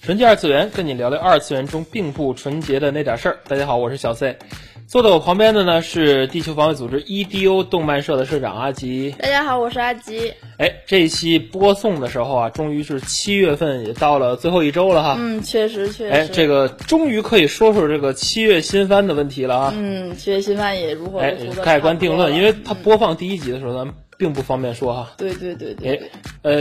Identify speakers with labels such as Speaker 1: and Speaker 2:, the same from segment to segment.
Speaker 1: 纯洁二次元，跟你聊聊二次元中并不纯洁的那点事儿。大家好，我是小 C，坐在我旁边的呢是地球防卫组织 EDO 动漫社的社长阿吉。
Speaker 2: 大家好，我是阿吉。
Speaker 1: 哎，这一期播送的时候啊，终于是七月份也到了最后一周了哈。
Speaker 2: 嗯，确实确实。
Speaker 1: 哎，这个终于可以说说这个七月新番的问题了啊！
Speaker 2: 嗯，七月新番也如火
Speaker 1: 哎
Speaker 2: 如荼，的
Speaker 1: 盖棺定论，因为它
Speaker 2: 嗯
Speaker 1: 播放第一集的时候，咱们并不方便说哈。
Speaker 2: 对对对对
Speaker 1: 哎
Speaker 2: 对。，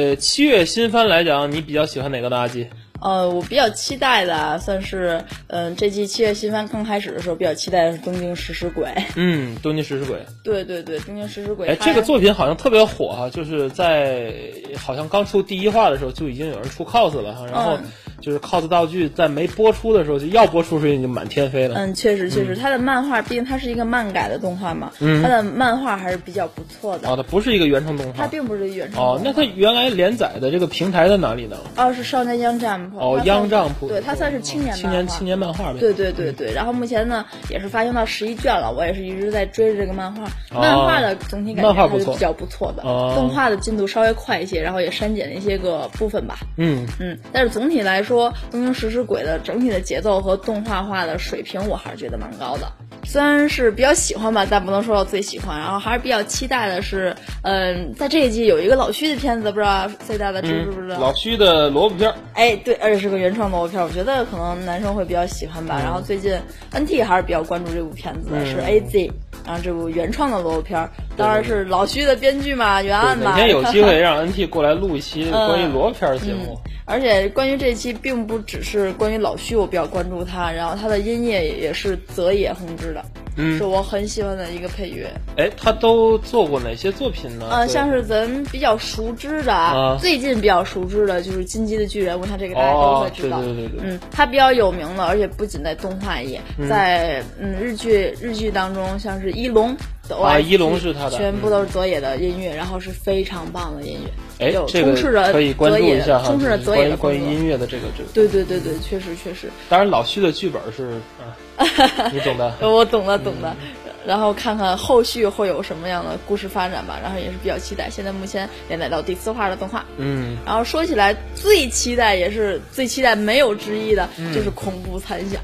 Speaker 1: 呃，七月新番来讲，你比较喜欢哪个呢？阿基？
Speaker 2: 呃，我比较期待的啊，算是嗯，这季七月新番刚开始的时候，比较期待的是《东京食尸鬼》。
Speaker 1: 嗯，《东京食尸鬼》。
Speaker 2: 对对对，《东京食尸鬼》
Speaker 1: 哎，
Speaker 2: 它
Speaker 1: 这个作品好像特别火哈、就是在好像刚出第一话的时候就已经有人出 cos 了哈，然后
Speaker 2: 嗯
Speaker 1: 就是 cos 道具在没播出的时候就要播出时已经满天飞了。
Speaker 2: 嗯，确实确实，它的漫画毕竟它是一个漫改的动画嘛，
Speaker 1: 嗯
Speaker 2: 它的漫画还是比较不错的。
Speaker 1: 啊，它不是一个原创动
Speaker 2: 它
Speaker 1: 画。
Speaker 2: 并不是原
Speaker 1: 哦，
Speaker 2: 创动
Speaker 1: 那
Speaker 2: 画
Speaker 1: 它原来连载的这个平台在哪里呢？
Speaker 2: 哦是少年央占铺
Speaker 1: 哦
Speaker 2: 它，算
Speaker 1: 央
Speaker 2: 是
Speaker 1: 丈铺。
Speaker 2: 对，它算是青年
Speaker 1: 青
Speaker 2: 漫
Speaker 1: 年
Speaker 2: 画
Speaker 1: 青年漫画呗。
Speaker 2: 对对对对，然后目前呢也是发行到十一卷了，我也是一直在追着这个漫画。
Speaker 1: 哦
Speaker 2: 漫画的总体感觉
Speaker 1: 漫画
Speaker 2: 还
Speaker 1: 不
Speaker 2: 是
Speaker 1: 错
Speaker 2: 比较不错的，
Speaker 1: 哦
Speaker 2: 动画的进度稍微快一些，然后也删减了一些个部分吧。
Speaker 1: 嗯，
Speaker 2: 嗯，但是总体来说，《东京食尸鬼》的整体的节奏和动画化的水平，我还是觉得蛮高的。虽然是比较喜欢吧，但不能说到最喜欢。然后还是比较期待的是，嗯，在这一季有一个老虚的片子，不知道 C 大的知不知道？
Speaker 1: 嗯
Speaker 2: 啊
Speaker 1: 老虚的萝卜片儿。
Speaker 2: 哎，对，而且是个原创动画片，我觉得可能男生会比较喜欢
Speaker 1: 嗯
Speaker 2: 吧。然后最近 NT 还是比较关注这部片子的，是 AZ，然后这部原创的萝卜片，当然是老徐的编剧嘛，原案
Speaker 1: 哪
Speaker 2: 嘛。
Speaker 1: 天有机会让 NT 过来录一
Speaker 2: 嗯
Speaker 1: 期关于萝卜片儿的节目。
Speaker 2: 而且关于这期，并不只是关于老徐，我比较关注他，然后他的音乐也是泽野弘之的，
Speaker 1: 嗯
Speaker 2: 是我很喜欢的一个配乐。
Speaker 1: 哎，他都做过哪些作品呢？
Speaker 2: 呃，
Speaker 1: 啊对
Speaker 2: 像是咱们比较熟知的
Speaker 1: 啊
Speaker 2: 最近比较熟知的就是《进击的巨人》，我想这个大家都
Speaker 1: 哦
Speaker 2: 会，知道。
Speaker 1: 对对对对，
Speaker 2: 嗯，它比较有名的，而且不仅在动画业，在嗯日剧日剧当中，像是《一龙》的 OST，
Speaker 1: 啊一龙是他的嗯
Speaker 2: 全部都是佐野的音乐，然后是非常棒的音乐，
Speaker 1: 哎
Speaker 2: 有，
Speaker 1: 这
Speaker 2: 充斥
Speaker 1: 个
Speaker 2: 着
Speaker 1: 可以关
Speaker 2: 佐
Speaker 1: 注
Speaker 2: 野
Speaker 1: 一
Speaker 2: 的，
Speaker 1: 下哈，
Speaker 2: 充斥着
Speaker 1: 就是
Speaker 2: 佐野的
Speaker 1: 关于
Speaker 2: 风
Speaker 1: 关于
Speaker 2: 格
Speaker 1: 音乐的这个这个。
Speaker 2: 对对对对，确实确实，
Speaker 1: 当然，老徐的剧本是， 啊你懂的。
Speaker 2: 呃我懂了懂了。
Speaker 1: 嗯
Speaker 2: 然后看看后续会有什么样的故事发展吧，然后也是比较期待。现在目前连载到第四话的动画，
Speaker 1: 嗯，
Speaker 2: 然后说起来最期待也是最期待没有之一的，
Speaker 1: 嗯
Speaker 2: 就是恐怖残响。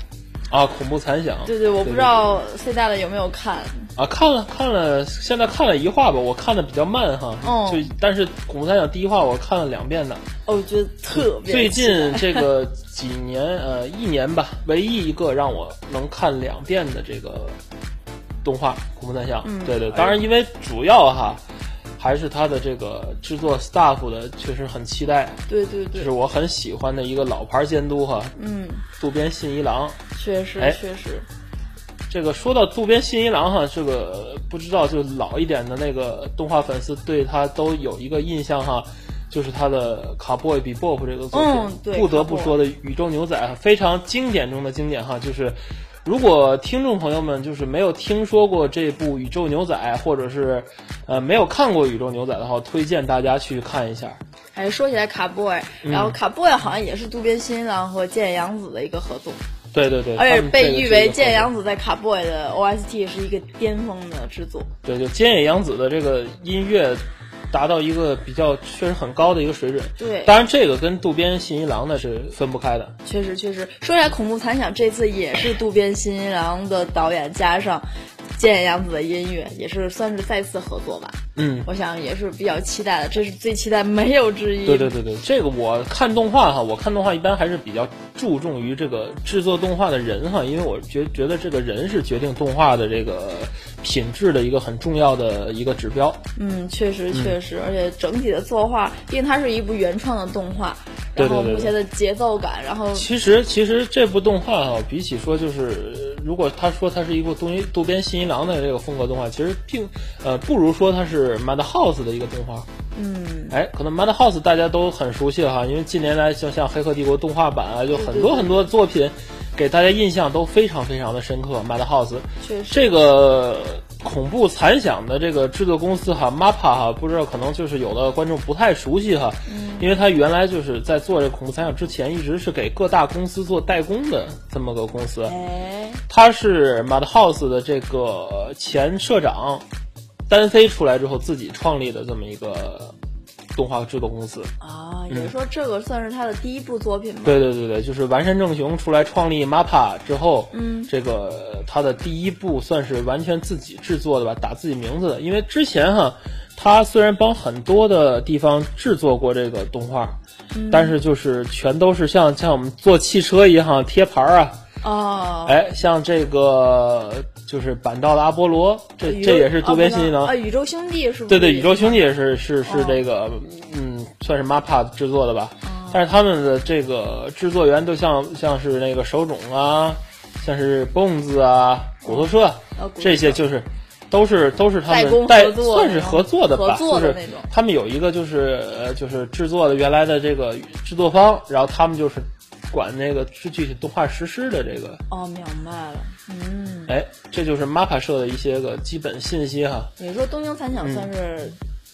Speaker 1: 啊，恐怖残响。
Speaker 2: 对对，我不知道 C 大的有没有看，
Speaker 1: 啊，看了看了，现在看了一话吧，我看的比较慢哈。
Speaker 2: 哦
Speaker 1: 就但是恐怖残响第一话我看了两遍呢。
Speaker 2: 哦，我觉得特别
Speaker 1: 最
Speaker 2: 期待
Speaker 1: 近这个几年呃一年吧，唯一一个让我能看两遍的这个动画《恐怖残响》。
Speaker 2: 嗯
Speaker 1: 对对，当然因为主要哈。还是他的这个制作 staff 的确实很期待，
Speaker 2: 对对
Speaker 1: 这
Speaker 2: 对
Speaker 1: 是，我很喜欢的一个老牌监督哈，
Speaker 2: 嗯，
Speaker 1: 渡边信一郎。
Speaker 2: 确实
Speaker 1: 哎
Speaker 2: 确实，
Speaker 1: 这个说到渡边信一郎哈，这个呃不知道就老一点的那个动画粉丝对他都有一个印象哈，就是他的《卡 boy b b o p 这个作品，
Speaker 2: 嗯对
Speaker 1: 不得不说的宇宙牛仔哈非常经典中的经典哈，就是。如果听众朋友们就是没有听说过这部《宇宙牛仔》，或者是，呃，没有看过《宇宙牛仔》的话，推荐大家去看一下。
Speaker 2: 哎，说起来卡 boy，然
Speaker 1: 嗯
Speaker 2: 后卡 boy 好像也是渡边新郎和剑阳子的一个合作，
Speaker 1: 对对对，
Speaker 2: 而
Speaker 1: 他
Speaker 2: 且
Speaker 1: 们这
Speaker 2: 被
Speaker 1: 个
Speaker 2: 誉
Speaker 1: 是一
Speaker 2: 为
Speaker 1: 个
Speaker 2: 剑
Speaker 1: 合作
Speaker 2: 阳子在卡 boy 的 OST 是一个巅峰的制作。
Speaker 1: 对，就菅野洋子的这个音乐达到一个比较确实很高的一个水准。
Speaker 2: 对
Speaker 1: 当然这个跟渡边信一郎呢是分不开的。
Speaker 2: 确实确实，说起来恐怖残响这次也是渡边新一郎的导演加上剑阳子的音乐，也是算是再次合作吧。
Speaker 1: 嗯，
Speaker 2: 我想也是比较期待的，这是最期待没有之一。
Speaker 1: 对对对对，这个我看动画哈，我看动画一般还是比较注重于这个制作动画的人哈，因为我觉觉得这个人是决定动画的这个品质的一个很重要的一个指标。
Speaker 2: 嗯，确实确实，而且整体的作画，毕竟它是一部原创的动画，
Speaker 1: 对对
Speaker 2: 然后
Speaker 1: 对
Speaker 2: 目前的节奏感，然后
Speaker 1: 啊其实其实这部动画哈、比起说就是如果他说它是一部东渡边信一郎的这个风格动画，其实并呃不如说它是 Madhouse 的一个动画。
Speaker 2: 嗯，
Speaker 1: 哎，可能 Madhouse 大家都很熟悉了哈，因为近年来就像《黑客帝国》动画版啊，就很多很多作品给大家印象都非常非常的深刻。Madhouse
Speaker 2: 确实，
Speaker 1: 这个恐怖残响的这个制作公司哈，MAPPA 哈，不知道可能就是有的观众不太熟悉哈，因为它原来就是在做这恐怖残响之前，一直是给各大公司做代工的这么个公司。
Speaker 2: 哎，
Speaker 1: 他是 Madhouse 的这个前社长单飞出来之后自己创立的这么一个动画制作公司。
Speaker 2: 啊，也就是说这个算是他的第一部作品吗？
Speaker 1: 嗯对对对对，就是完山正雄出来创立 MAPPA 之后，
Speaker 2: 嗯
Speaker 1: 这个他的第一部算是完全自己制作的吧，打自己名字的。因为之前哈，他虽然帮很多的地方制作过这个动画，
Speaker 2: 嗯
Speaker 1: 但是就是全都是像像我们做汽车一样贴牌儿啊，
Speaker 2: 哦，
Speaker 1: 哎，像这个就是板道的阿波罗，这
Speaker 2: 宇宙
Speaker 1: 哎这也是渡边信一郎
Speaker 2: 啊，不能啊，宇宙兄弟是不是？
Speaker 1: 对对，宇宙兄弟也是是是
Speaker 2: 哦
Speaker 1: 这个，嗯，算是 MAPPA 制作的吧。但是他们的这个制作员都像像是那个手冢啊，像是 Bones 啊、骨头社
Speaker 2: 哦骨头社
Speaker 1: 这些，就是都是都是他
Speaker 2: 代工
Speaker 1: 们代
Speaker 2: 合作
Speaker 1: 算是合作的吧，
Speaker 2: 合作的
Speaker 1: 就是
Speaker 2: 那种
Speaker 1: 他们有一个就是呃就是制作的原来的这个制作方，然后他们就是管那个具体动画实施的这个，
Speaker 2: 哦，明白了，嗯，
Speaker 1: 哎，这就是 MAPPA 社的一些个基本信息哈。
Speaker 2: 也就是说东京残响算是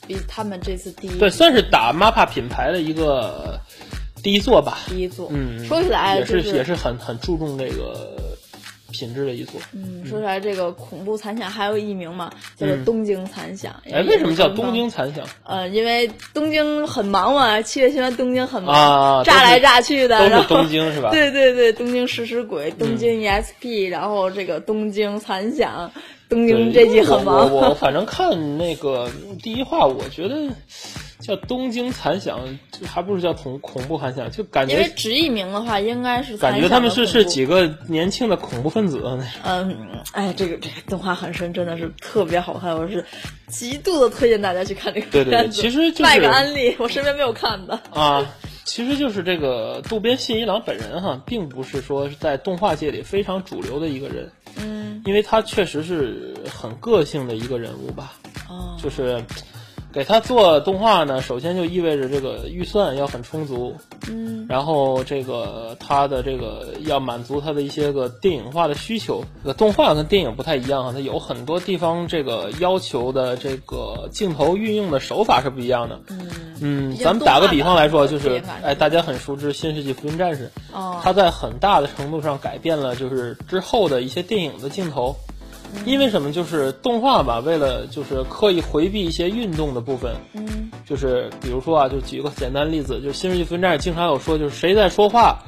Speaker 2: 比他们这次第一
Speaker 1: 嗯对，算是打 MAPPA 品牌的一个呃第一座吧。
Speaker 2: 第一作。
Speaker 1: 嗯，
Speaker 2: 说起来
Speaker 1: 也
Speaker 2: 就是
Speaker 1: 也是很很注重这个品质的一座。
Speaker 2: 嗯，说起来这个恐怖残响还有一名嘛，叫做东京残响。
Speaker 1: 嗯哎，为什么叫东京？残响？
Speaker 2: 呃，因为东京很忙嘛，七月新闻东京很忙，
Speaker 1: 啊
Speaker 2: 炸来炸去的，
Speaker 1: 都
Speaker 2: 然
Speaker 1: 是
Speaker 2: 后
Speaker 1: 东京是吧？嗯
Speaker 2: 对对对，东京食尸鬼，东京 ESP，、然后这个东京残响，东
Speaker 1: 对，
Speaker 2: 京这季很
Speaker 1: 我
Speaker 2: 忙。
Speaker 1: 我我反正看那个第一话，我觉得叫东京残响，这还不如叫恐恐怖残响，就感
Speaker 2: 因为
Speaker 1: 觉
Speaker 2: 直译名的话，应该是残
Speaker 1: 感
Speaker 2: 响
Speaker 1: 觉
Speaker 2: 的
Speaker 1: 他们是
Speaker 2: 恐怖
Speaker 1: 是几个年轻的恐怖分子。
Speaker 2: 嗯，哎，这个这个动画很深，真的是特别好看，我是极度的推荐大家去看这个
Speaker 1: 对对对
Speaker 2: 片子
Speaker 1: 其实就是
Speaker 2: 卖个安利，我身边没有看的。
Speaker 1: 啊，其实就是这个渡边信一郎本人哈，并不是说是在动画界里非常主流的一个人，
Speaker 2: 嗯，
Speaker 1: 因为他确实是很个性的一个人物吧，
Speaker 2: 哦，
Speaker 1: 就是。给他做动画呢，首先就意味着这个预算要很充足，
Speaker 2: 嗯，
Speaker 1: 然后这个他的这个要满足他的一些个电影化的需求。这个动画跟电影不太一样啊，它有很多地方这个要求的这个镜头运用的手法是不一样的。嗯，咱们打个比方来说，就
Speaker 2: 电
Speaker 1: 是
Speaker 2: 影版是
Speaker 1: 哎，大家很熟知《新世纪福音战士》，
Speaker 2: 哦，
Speaker 1: 它在很大的程度上改变了就是之后的一些电影的镜头。
Speaker 2: 嗯
Speaker 1: 因为什么？就是动画吧，为了就是刻意回避一些运动的部分，
Speaker 2: 嗯，
Speaker 1: 就是比如说啊，就举一个简单例子，就是《新世纪福音战士》经常有说，就是谁在说话，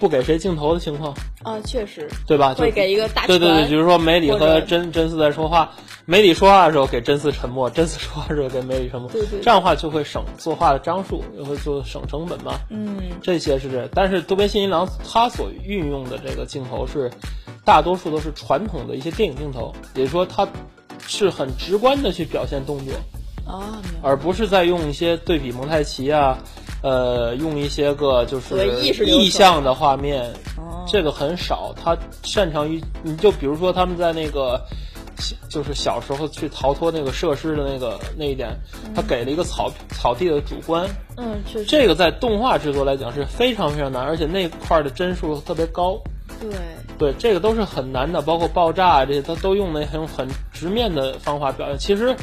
Speaker 1: 不给谁镜头的情况，
Speaker 2: 啊，确实，
Speaker 1: 对吧？就
Speaker 2: 嗯会给一个大
Speaker 1: 对对对，
Speaker 2: 拳
Speaker 1: 比如说梅里
Speaker 2: 或
Speaker 1: 和
Speaker 2: 者
Speaker 1: 真真嗣在说话，梅里说话的时候给真嗣沉默，真嗣说话的时候给梅里沉默，
Speaker 2: 对对对
Speaker 1: 这样的话就会省作画的张数，也会做省成本嘛。
Speaker 2: 嗯，
Speaker 1: 这些是这，但是渡边信一郎他所运用的这个镜头是，大多数都是传统的一些电影镜头，也就是说他是很直观的去表现动作，
Speaker 2: 啊，明白
Speaker 1: 而不是在用一些对比蒙太奇啊，呃，用一些个就是
Speaker 2: 所谓意识流
Speaker 1: 意象的画面，
Speaker 2: 哦
Speaker 1: 这个很少。他擅长于，你就比如说他们在那个。就是小时候去逃脱那个设施的那个那一点，他给了一个草草地的主观，
Speaker 2: 嗯，确实，
Speaker 1: 这个在动画制作来讲是非常非常难，而且那块儿的帧数特别高。
Speaker 2: 对，
Speaker 1: 对，这个都是很难的，包括爆炸啊这些，它都用那很很直面的方法表现。其实，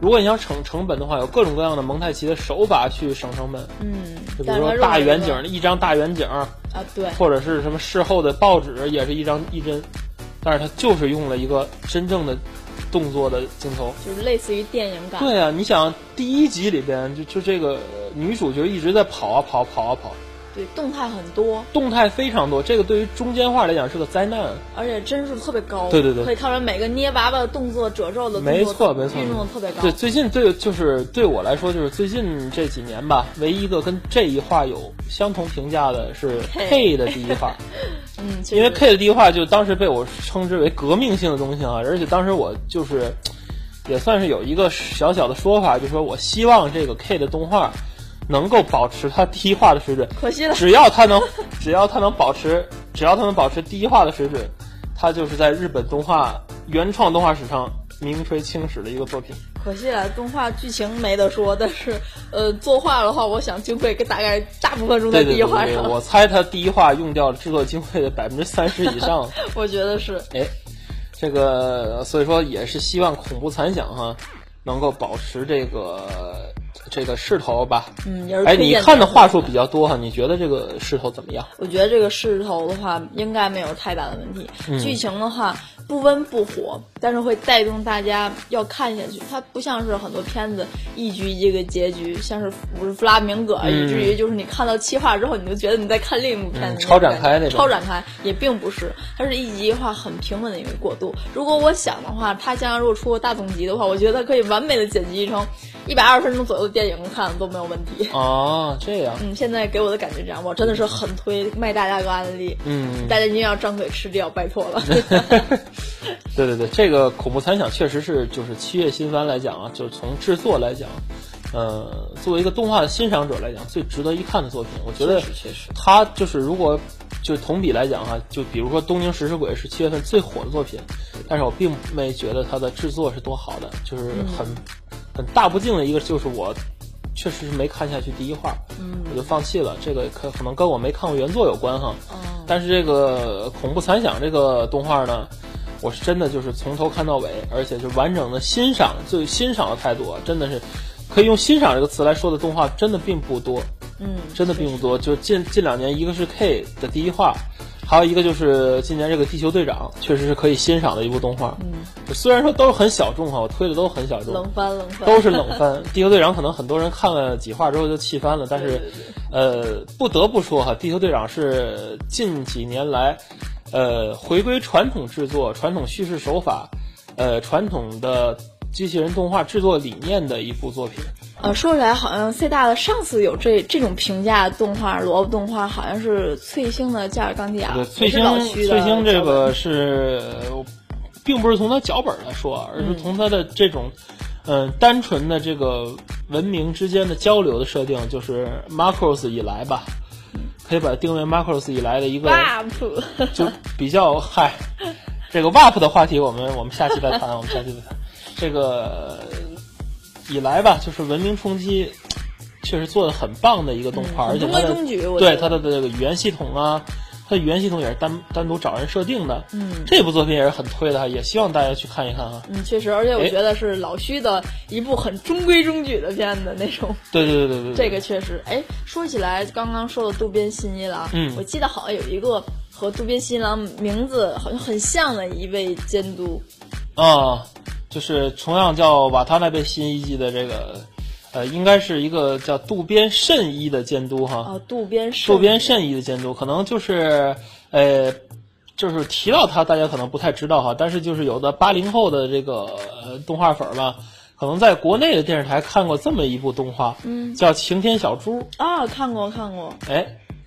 Speaker 1: 如果你想省成本的话，有各种各样的蒙太奇的手法去省成本，
Speaker 2: 嗯，
Speaker 1: 就比
Speaker 2: 但
Speaker 1: 如说
Speaker 2: 是它用
Speaker 1: 大
Speaker 2: 了一
Speaker 1: 远
Speaker 2: 个
Speaker 1: 景，一张大远景，
Speaker 2: 啊，对，
Speaker 1: 或者是什么事后的报纸，也是一张一帧，但是它就是用了一个真正的动作的镜头。
Speaker 2: 就是类似于电影感，
Speaker 1: 对啊，你想第一集里边就就这个呃女主角一直在跑啊跑跑啊跑，
Speaker 2: 对，动态很多，
Speaker 1: 动态非常多，这个对于中间化来讲是个灾难。
Speaker 2: 而且帧数特别高，
Speaker 1: 对对对
Speaker 2: 可以看出来每个捏娃娃的动作、褶皱的动作，
Speaker 1: 没错没错
Speaker 2: 运用的特别高，
Speaker 1: 对，最近对就是对我来说，就是最近这几年吧，唯一一个跟这一话有相同评价的是
Speaker 2: K
Speaker 1: K 的第一话，
Speaker 2: 嗯，确
Speaker 1: 因为
Speaker 2: 实
Speaker 1: K 的第一话就当时被我称之为革命性的东西啊，而且当时我就是也算是有一个小小的说法，就说我希望这个 K 的动画能够保持它第一话的水准，
Speaker 2: 可惜了，
Speaker 1: 只要他能，只要他能保持，只要他能保持第一话的水准，它就是在日本动画原创动画史上名垂青史的一个作品。
Speaker 2: 可惜啊，动画剧情没得说，但是呃，作画的话，我想经费跟大概大部分用在
Speaker 1: 对
Speaker 2: 第
Speaker 1: 对
Speaker 2: 一
Speaker 1: 对
Speaker 2: 画
Speaker 1: 对，
Speaker 2: 上，
Speaker 1: 我猜它第一话用掉了制作经费的百分之三十以上。
Speaker 2: 我觉得是。
Speaker 1: 哎，这个所以说也是希望恐怖残响哈能够保持这个这个势头吧。
Speaker 2: 嗯也是
Speaker 1: 哎，
Speaker 2: 推
Speaker 1: 你
Speaker 2: 荐
Speaker 1: 看的
Speaker 2: 大家
Speaker 1: 话术比较多哈，你觉得这个势头怎么样？
Speaker 2: 我觉得这个势头的话，应该没有太大的问题。
Speaker 1: 嗯
Speaker 2: 剧情的话不温不火，但是会带动大家要看下去。它不像是很多片子一局一个结局，像是不是弗拉明
Speaker 1: 嗯
Speaker 2: 戈，以至于就是你看到七话之后，你就觉得你在看另一部片子、
Speaker 1: 嗯超展开那种
Speaker 2: 超展开也并不是，它是一集的话很平稳的一个过渡。如果我想的话，它将来如果出个大总集的话，我觉得它可以完美的剪辑成一百二十分钟左右的电影看都没有问题。
Speaker 1: 哦，这样，
Speaker 2: 嗯，现在给我的感觉这样，我真的是很推卖大家个案例，
Speaker 1: 嗯，
Speaker 2: 大家一定要张嘴吃掉，拜托 了。
Speaker 1: 对对对，这个恐怖残响确实是就是七月新番来讲啊，就是从制作来讲。呃，作为一个动画的欣赏者来讲，最值得一看的作品，我觉得
Speaker 2: 确实确实
Speaker 1: 它就是如果就同比来讲哈、啊就比如说《东京食尸鬼》是七月份最火的作品，但是我并没觉得它的制作是多好的，就是
Speaker 2: 嗯
Speaker 1: 很、很大不敬的一个，就是我确实是没看下去第一话，嗯，我就放弃了。这个可可能跟我没看过原作有关哈，
Speaker 2: 哦
Speaker 1: 但是这个恐怖残响这个动画呢，我是真的就是从头看到尾，而且就完整的欣赏，最欣赏的态度啊，真的是可以用欣赏这个词来说的动画真的并不多，
Speaker 2: 嗯，
Speaker 1: 真的并不多。就近近两年，一个是 K 的第一话。还有一个就是今年这个《地球队长》，确实是可以欣赏的一部动画。嗯，虽然说都是很小众哈，我推的都很小众，
Speaker 2: 冷翻冷翻，
Speaker 1: 都是冷番。地球队长可能很多人看了几话之后就弃番了，但是，呃，不得不说哈，地球队长是近几年来，呃，回归传统制作、传统叙事手法，呃，传统的机器人动画制作理念的一部作品。
Speaker 2: 呃，说起来好像 C 大的上次有这这种评价动画萝卜动画，好像是翠星的《加尔钢铁侠
Speaker 1: 对，》，
Speaker 2: 也
Speaker 1: 翠
Speaker 2: 是
Speaker 1: 星
Speaker 2: 老区的。
Speaker 1: 翠星这，个是，呃并不是从它脚本来说，啊而是从它的这种，嗯、单纯的这个文明之间的交流的设定，就是 Marcos 以来吧，可以把它定位 Marcos 以来的一个
Speaker 2: WAP，
Speaker 1: 就比较嗨。这个 WAP 的话题，我们我们下期再谈，我们下期再谈。这个以来吧，就是文明冲击，确实做的很棒的一个动画，
Speaker 2: 嗯
Speaker 1: 而且
Speaker 2: 中
Speaker 1: 它
Speaker 2: 规
Speaker 1: 的
Speaker 2: 中矩我觉
Speaker 1: 对
Speaker 2: 得
Speaker 1: 它的这个语言系统啊，它的语言系统也是单单独找人设定的。嗯，这部作品也是很推的哈，也希望大家去看一看啊。
Speaker 2: 嗯，确实，而且我
Speaker 1: 哎
Speaker 2: 觉得是老徐的一部很中规中矩的片子那种。
Speaker 1: 对对对对对，
Speaker 2: 这个确实，哎，说起来，刚刚说的渡边信一郎，
Speaker 1: 嗯
Speaker 2: 我记得好像有一个和渡边信一郎名字好像很像的一位监督，
Speaker 1: 啊、就是同样叫瓦塔纳贝新一季的这个，呃，应该是一个叫渡边慎一的监督哈。
Speaker 2: 啊，渡边
Speaker 1: 渡
Speaker 2: 慎，
Speaker 1: 边慎一的监督，可能就是，呃，就是提到他，大家可能不太知道哈，但是就是有的八零后的这个、呃、动画粉儿吧，可能在国内的电视台看过这么一部动画，嗯，叫《晴天小猪》，
Speaker 2: 啊，看过看过，
Speaker 1: 哎，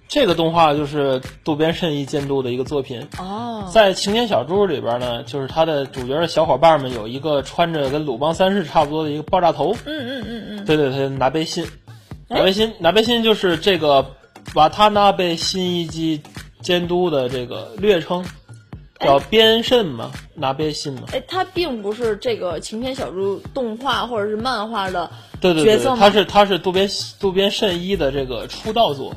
Speaker 1: 这个动画就是渡边慎一监督的一个作品。
Speaker 2: 哦，
Speaker 1: 在《晴天小猪》里边呢，就是他的主角的小伙伴们有一个穿着跟鲁邦三世差不多的一个爆炸头，
Speaker 2: 嗯嗯嗯
Speaker 1: 对对，对，拿杯新，
Speaker 2: 哎
Speaker 1: 拿杯新，拿杯新就是这个瓦塔纳贝新一级监督的这个略称，
Speaker 2: 哎
Speaker 1: 叫边慎嘛，拿杯新嘛。
Speaker 2: 嗯，哎，他并不是这个晴天小猪动画或者是漫画的
Speaker 1: 对对
Speaker 2: 角
Speaker 1: 对
Speaker 2: 色，吗
Speaker 1: 他是他是渡边渡边慎一的这个出道作，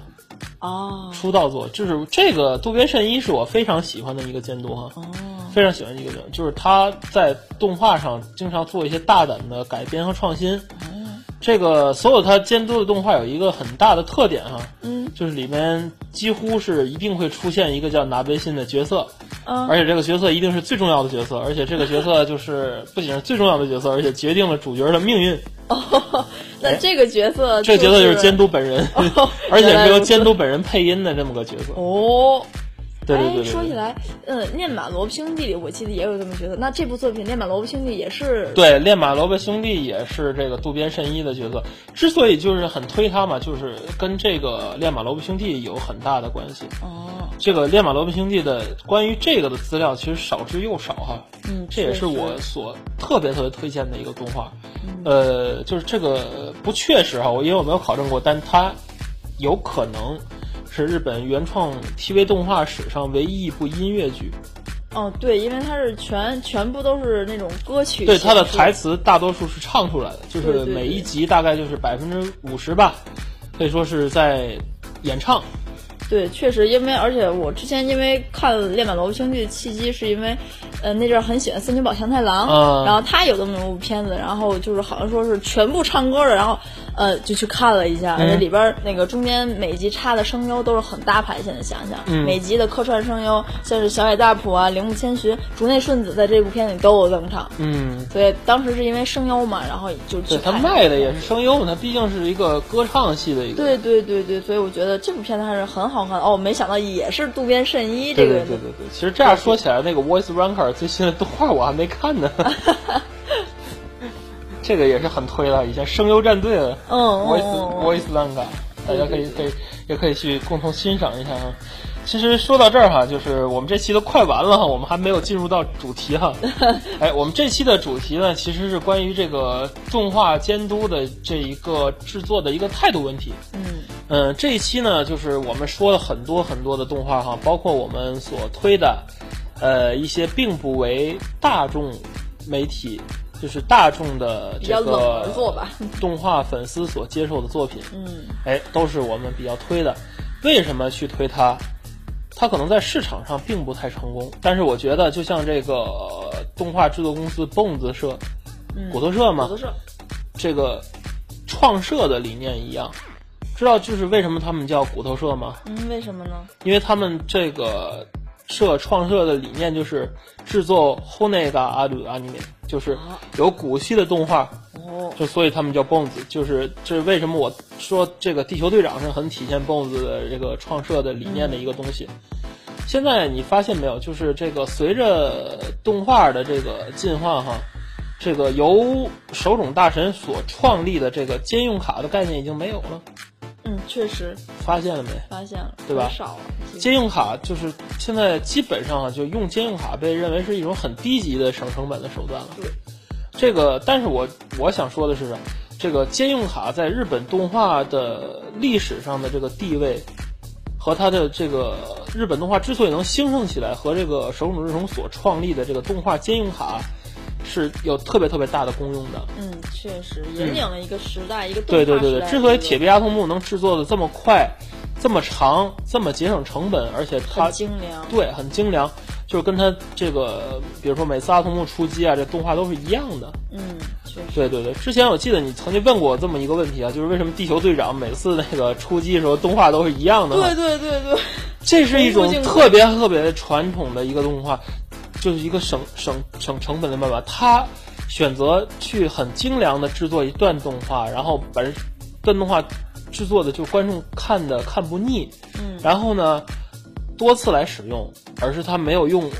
Speaker 2: 哦
Speaker 1: 出道作就是这个渡边慎一是我非常喜欢的一个监督哈，
Speaker 2: 哦，
Speaker 1: 非常喜欢的一个人，就是他在动画上经常做一些大胆的改编和创新。
Speaker 2: 哦
Speaker 1: 这个所有他监督的动画有一个很大的特点哈，
Speaker 2: 嗯
Speaker 1: 就是里面几乎是一定会出现一个叫拿贝信的角色，
Speaker 2: 嗯
Speaker 1: 而且这个角色一定是最重要的角色，而且这个角色就是不仅是最重要的角色，而且决定了主角的命运。
Speaker 2: 哦，那这个角色
Speaker 1: 哎这个角色就是监
Speaker 2: 督，
Speaker 1: 督本人，
Speaker 2: 哦
Speaker 1: 而且
Speaker 2: 原来
Speaker 1: 是
Speaker 2: 如
Speaker 1: 由
Speaker 2: 此
Speaker 1: 监督本人配音的这么个角色。
Speaker 2: 哦。
Speaker 1: 对对对
Speaker 2: 哎，说
Speaker 1: 对
Speaker 2: 起
Speaker 1: 对。
Speaker 2: 来，嗯，《练马萝卜兄弟》里我记得也有这么角色。那这部作品《练马萝卜兄弟》也是
Speaker 1: 对，练马萝卜兄弟也是这个渡边慎一的角色，之所以就是很推他嘛，就是跟这个练马萝卜兄弟有很大的关系。
Speaker 2: 哦，
Speaker 1: 这个练马萝卜兄弟的关于这个的资料其实少之又少哈，
Speaker 2: 嗯，
Speaker 1: 这也是我所特别特别推荐的一个动画，呃，就是这个不确实哈，我因为我没有考证过，但它有可能是日本原创 TV 动画史上唯一一部音乐剧，
Speaker 2: 哦，对，因为它是全全部都是那种歌曲形式，
Speaker 1: 对它的台词大多数是唱出来的，就
Speaker 2: 对
Speaker 1: 是
Speaker 2: 对对
Speaker 1: 每一集大概就是百分之五十吧，可以说是在演唱。
Speaker 2: 对，确实，因为而且我之前因为看《恋满萝卜青剧》，契机是因为，呃，那阵儿很喜欢森久保祥太郎，
Speaker 1: 嗯
Speaker 2: 然后他有这么一部片子，然后就是好像说是全部唱歌的，然后呃就去看了一下，而且
Speaker 1: 嗯
Speaker 2: 里边儿那个中间每集插的声优都是很大牌，现在想想，
Speaker 1: 嗯
Speaker 2: 每集的客串声优像是小野大浦啊、铃木千寻、竹内顺子在这部片里都有登场，
Speaker 1: 嗯，
Speaker 2: 所以当时是因为声优嘛，然后就去
Speaker 1: 对，他
Speaker 2: 看
Speaker 1: 卖的也是声优嘛，他毕竟是一个歌唱系的一个。
Speaker 2: 对对对对，所以我觉得这部片子还是很好看的哦。没想到也是渡边慎一这
Speaker 1: 对
Speaker 2: 个
Speaker 1: 对
Speaker 2: 人
Speaker 1: 对对对，其实这样说起来，那个 Voice Ranker 最新的动画我还没看呢， 这个也是很推的，以前声优战队的
Speaker 2: 嗯嗯
Speaker 1: Voice
Speaker 2: 嗯
Speaker 1: Voice Ranker，大家可以可以也可以去共同欣赏一下啊。其实说到这儿哈，就是我们这期都快完了哈，我们还没有进入到主题 哈。哎，我们这期的主题呢，其实是关于这个动画监督的这一个制作的一个态度问题。
Speaker 2: 嗯
Speaker 1: 嗯，这一期呢，就是我们说了很多很多的动画哈，包括我们所推的，呃，一些并不为大众媒体，就是大众的
Speaker 2: 比
Speaker 1: 这
Speaker 2: 较冷
Speaker 1: 个
Speaker 2: 门作吧
Speaker 1: 动画粉丝所接受的作品，
Speaker 2: 嗯，
Speaker 1: 哎，都是我们比较推的。为什么去推它？它可能在市场上并不太成功，但是我觉得，就像这个呃动画制作公司蹦子社、
Speaker 2: 嗯
Speaker 1: 果陀社嘛，
Speaker 2: 我都是
Speaker 1: 这个创社的理念一样。知道就是为什么他们叫骨头社吗？
Speaker 2: 嗯，为什么呢？
Speaker 1: 因为他们这个社创社的理念就是制作 h o n e g a a r u anime，就是有骨系的动画，
Speaker 2: 哦，
Speaker 1: 就所以他们叫 Bones，就是这是为什么我说这个地球队长是很体现 Bones 的这个创设的理念的一个东西。现在你发现没有，就是这个随着动画的这个进化哈，这个由手冢大神所创立的这个兼用卡的概念已经没有了，
Speaker 2: 嗯，确实
Speaker 1: 发现了没？
Speaker 2: 发现了，
Speaker 1: 对吧
Speaker 2: 很少了，
Speaker 1: 兼用卡就是现在基本上啊，就用兼用卡被认为是一种很低级的省成本的手段了。
Speaker 2: 对，
Speaker 1: 这个，但是我我想说的是，这个兼用卡在日本动画的历史上的这个地位，和它的这个日本动画之所以能兴盛起来，和这个手冢治虫所创立的这个动画兼用卡是有特别特别大的功用的。
Speaker 2: 嗯，确实引领了一个时代，一个
Speaker 1: 对对
Speaker 2: 动画
Speaker 1: 对
Speaker 2: 时
Speaker 1: 对，
Speaker 2: 代
Speaker 1: 之所以
Speaker 2: 的一个
Speaker 1: 铁臂阿童木能制作的这么快、这么长、这么节省成本，而且它
Speaker 2: 很精良，
Speaker 1: 对，很精良，就是跟他这个，比如说每次阿童木出击啊，这动画都是一样的。
Speaker 2: 嗯，确实，
Speaker 1: 对对对，之前我记得你曾经问过我这么一个问题啊，就是为什么地球队长每次那个出击的时候动画都是一样的？
Speaker 2: 对，对对 对，
Speaker 1: 这是一种
Speaker 2: 重复镜头
Speaker 1: 特别特别传统的一个动画，就是一个省省省成本的办法。他选择去很精良的制作一段动画，然后把这段动画制作的就观众看的看不腻，
Speaker 2: 嗯
Speaker 1: 然后呢，多次来使用，而是它没有用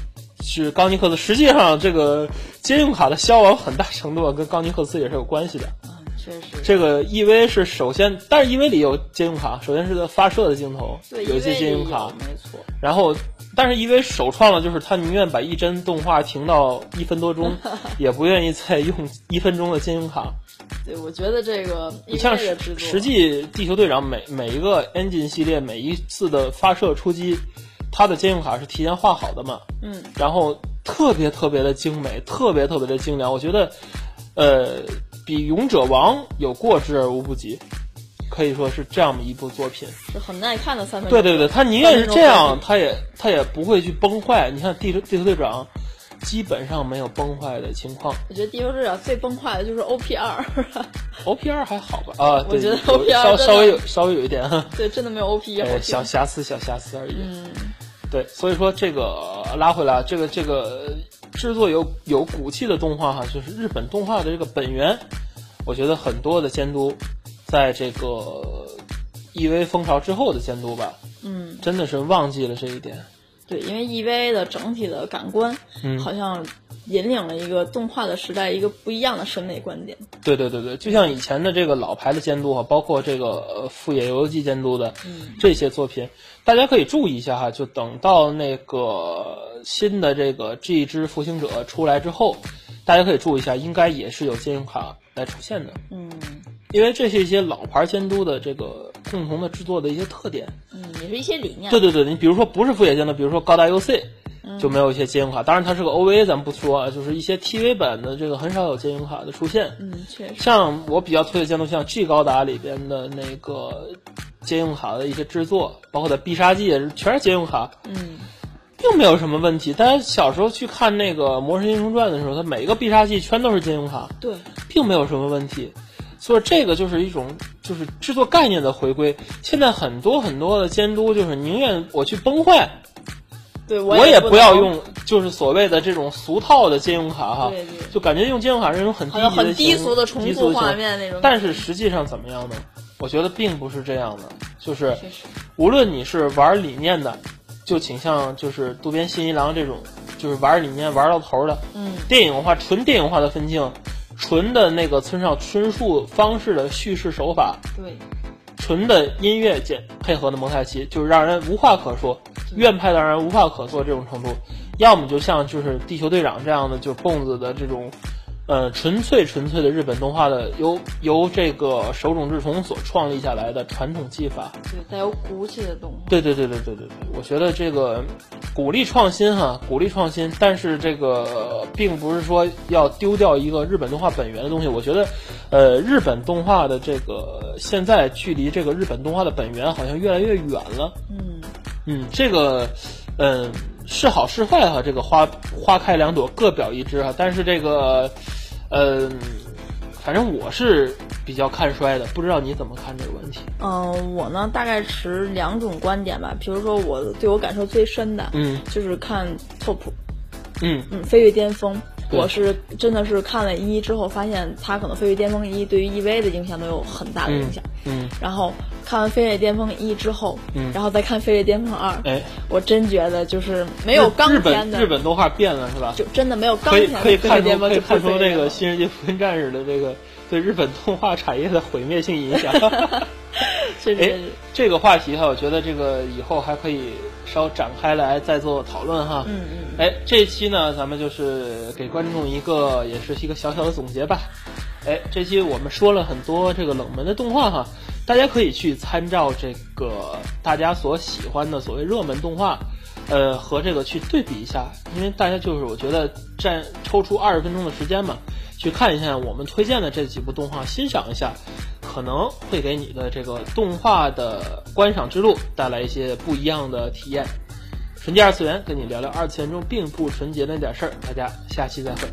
Speaker 1: 是冈尼克斯。实际上，这个接用卡的消亡很大程度上跟冈尼克斯也是有关系的。
Speaker 2: 啊，确实。
Speaker 1: 这个 EV 是首先，但是 EV 里有接用卡，首先是它发射的镜头，
Speaker 2: 对，
Speaker 1: 有一
Speaker 2: 因为
Speaker 1: 些接用
Speaker 2: 有
Speaker 1: 卡，
Speaker 2: 没错，
Speaker 1: 然后。但是 EV 首创了，就是他宁愿把一帧动画停到一分多钟，也不愿意再用一分钟的兼用卡。
Speaker 2: 对，我觉得这个因
Speaker 1: 你
Speaker 2: 为
Speaker 1: 像
Speaker 2: 这
Speaker 1: 实
Speaker 2: 个制作，
Speaker 1: 实际地球队长每每一个 engine 系列每一次的发射出击，它的监用卡是提前画好的嘛，
Speaker 2: 嗯，
Speaker 1: 然后特别特别的精美，特别特别的精良，我觉得，呃，比勇者王有过之而无不及，可以说是这样的一部作品。
Speaker 2: 是很耐看的三分
Speaker 1: 对
Speaker 2: 钟，
Speaker 1: 对对，他宁愿是这样，他也他也不会去崩坏。你看地球地球队长，基本上没有崩坏的情况。
Speaker 2: 我觉得《地球之角》最崩坏的就是 O P 二，
Speaker 1: O P R 还好吧？啊，
Speaker 2: 我
Speaker 1: 对，
Speaker 2: 觉得
Speaker 1: 有稍
Speaker 2: OPR 真的
Speaker 1: 稍微有稍微有一点。
Speaker 2: 对，真的没有 O P 一好
Speaker 1: 呃，
Speaker 2: 听，
Speaker 1: 小瑕疵，小瑕疵而已。
Speaker 2: 嗯
Speaker 1: 对，所以说这个呃拉回来啊，这个这个制作有有骨气的动画哈，就是日本动画的这个本源，我觉得很多的监督，在这个 EV 风潮之后的监督吧，
Speaker 2: 嗯，
Speaker 1: 真的是忘记了这一点。
Speaker 2: 对，因为 EVA 的整体的感官，
Speaker 1: 嗯
Speaker 2: 好像引领了一个动画的时代一个不一样的审美观点。
Speaker 1: 对对对对，就像以前的这个老牌的监督哈，包括这个呃富野由悠季监督的
Speaker 2: 嗯
Speaker 1: 这些作品，大家可以注意一下哈。就等到那个新的这个《G 之复兴者》出来之后，大家可以注意一下，应该也是有监用卡来出现的，
Speaker 2: 嗯
Speaker 1: 因为这是一些老牌监督的这个共同的制作的一些特点。
Speaker 2: 嗯，也是一些理念。嗯
Speaker 1: 对对对，你比如说不是富野监督，比如说高达 UC，就没有一些接应卡。当然，它是个 OVA，咱们不说啊，就是一些 TV 版的这个很少有接应卡的出现。
Speaker 2: 嗯，确实，
Speaker 1: 像我比较推荐的，像 G 高达里边的那个接应卡的一些制作，包括在必杀技也是全是接应卡，
Speaker 2: 嗯，
Speaker 1: 并没有什么问题。大家小时候去看那个《魔神英雄传》的时候，它每一个必杀技全都是接应卡，
Speaker 2: 对，
Speaker 1: 并没有什么问题。所以这个就是一种就是制作概念的回归。现在很多很多的监督就是宁愿我去崩坏，
Speaker 2: 对
Speaker 1: 我
Speaker 2: 也
Speaker 1: 不要，用就是所谓的这种俗套的借用卡哈
Speaker 2: 对对，
Speaker 1: 就感觉用借用卡是一种很低级的
Speaker 2: 好像很低
Speaker 1: 行
Speaker 2: 俗
Speaker 1: 为
Speaker 2: 的重
Speaker 1: 低俗
Speaker 2: 复
Speaker 1: 的行
Speaker 2: 画
Speaker 1: 为
Speaker 2: 面那种。
Speaker 1: 但是实际上怎么样呢？我觉得并不是这样的，就是
Speaker 2: 确实，
Speaker 1: 无论你是玩理念的，就倾向就是渡边信一郎这种，就是玩理念玩到头的，
Speaker 2: 嗯，
Speaker 1: 电影化纯电影化的分镜，纯的那个村上春树方式的叙事手法，
Speaker 2: 对，
Speaker 1: 纯的音乐简配合的蒙太奇，就是让人无话可说，院派让人无话可说这种程度。要么就像就是地球队长这样的，就是蹦子的这种，呃，纯粹纯粹的日本动画的，由由这个手冢治虫所创立下来的传统技法。
Speaker 2: 对，带有骨气的动画。嗯
Speaker 1: 对对对对对对对，我觉得这个鼓励创新哈，鼓励创新，但是这个并不是说要丢掉一个日本动画本源的东西。我觉得，呃，日本动画的这个现在距离这个日本动画的本源好像越来越远了。
Speaker 2: 嗯，
Speaker 1: 嗯，这个，嗯、是好是坏哈，这个花花开两朵，各表一枝哈。但是这个，嗯、反正我是比较看衰的，不知道你怎么看这个问题。
Speaker 2: 嗯、我呢大概持两种观点吧，比如说我对我感受最深的，
Speaker 1: 嗯
Speaker 2: 就是看 TOP，
Speaker 1: 嗯
Speaker 2: 嗯，飞跃巅峰。
Speaker 1: 对
Speaker 2: 我是真的是看了一之后，发现它可能《飞跃巅峰一》对于 EV 的影响都有很大的影响。
Speaker 1: 嗯，
Speaker 2: 然后看完《飞跃巅峰一》之后，
Speaker 1: 嗯
Speaker 2: 然后再看《飞跃巅峰二》，
Speaker 1: 哎。
Speaker 2: 我真觉得就是没有
Speaker 1: 日
Speaker 2: 钢
Speaker 1: 本
Speaker 2: 片的
Speaker 1: 日本动画变了是吧？
Speaker 2: 就真的没有钢
Speaker 1: 可以
Speaker 2: 片的
Speaker 1: 可以
Speaker 2: 飞跃
Speaker 1: 看出
Speaker 2: 巅峰
Speaker 1: 可以
Speaker 2: 就
Speaker 1: 看
Speaker 2: 不
Speaker 1: 出
Speaker 2: 飞跃
Speaker 1: 这个
Speaker 2: 了
Speaker 1: 《新世纪福音战士》的这个对日本动画产业的毁灭性影 响。
Speaker 2: 是是
Speaker 1: 哎
Speaker 2: 是，，
Speaker 1: 这个话题哈，我觉得这个以后还可以稍展开来再做讨论哈。
Speaker 2: 嗯嗯，
Speaker 1: 哎，这期呢，咱们就是给观众一个，也是一个小小的总结吧。哎，这期我们说了很多这个冷门的动画哈，大家可以去参照这个大家所喜欢的所谓热门动画，呃，和这个去对比一下，因为大家就是我觉得占抽出二十分钟的时间嘛，去看一下我们推荐的这几部动画，欣赏一下，可能会给你的这个动画的观赏之路带来一些不一样的体验。纯洁二次元，跟你聊聊二次元中并不纯洁的那点事儿。大家下期再会。